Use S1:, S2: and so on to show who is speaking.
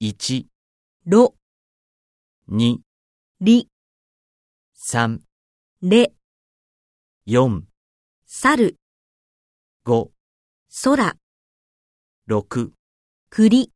S1: 1、
S2: ろ、
S1: 2、
S2: り、
S1: 3、
S2: れ、
S1: 4、
S2: さる、
S1: 5、
S2: 空、
S1: 6。
S2: 栗。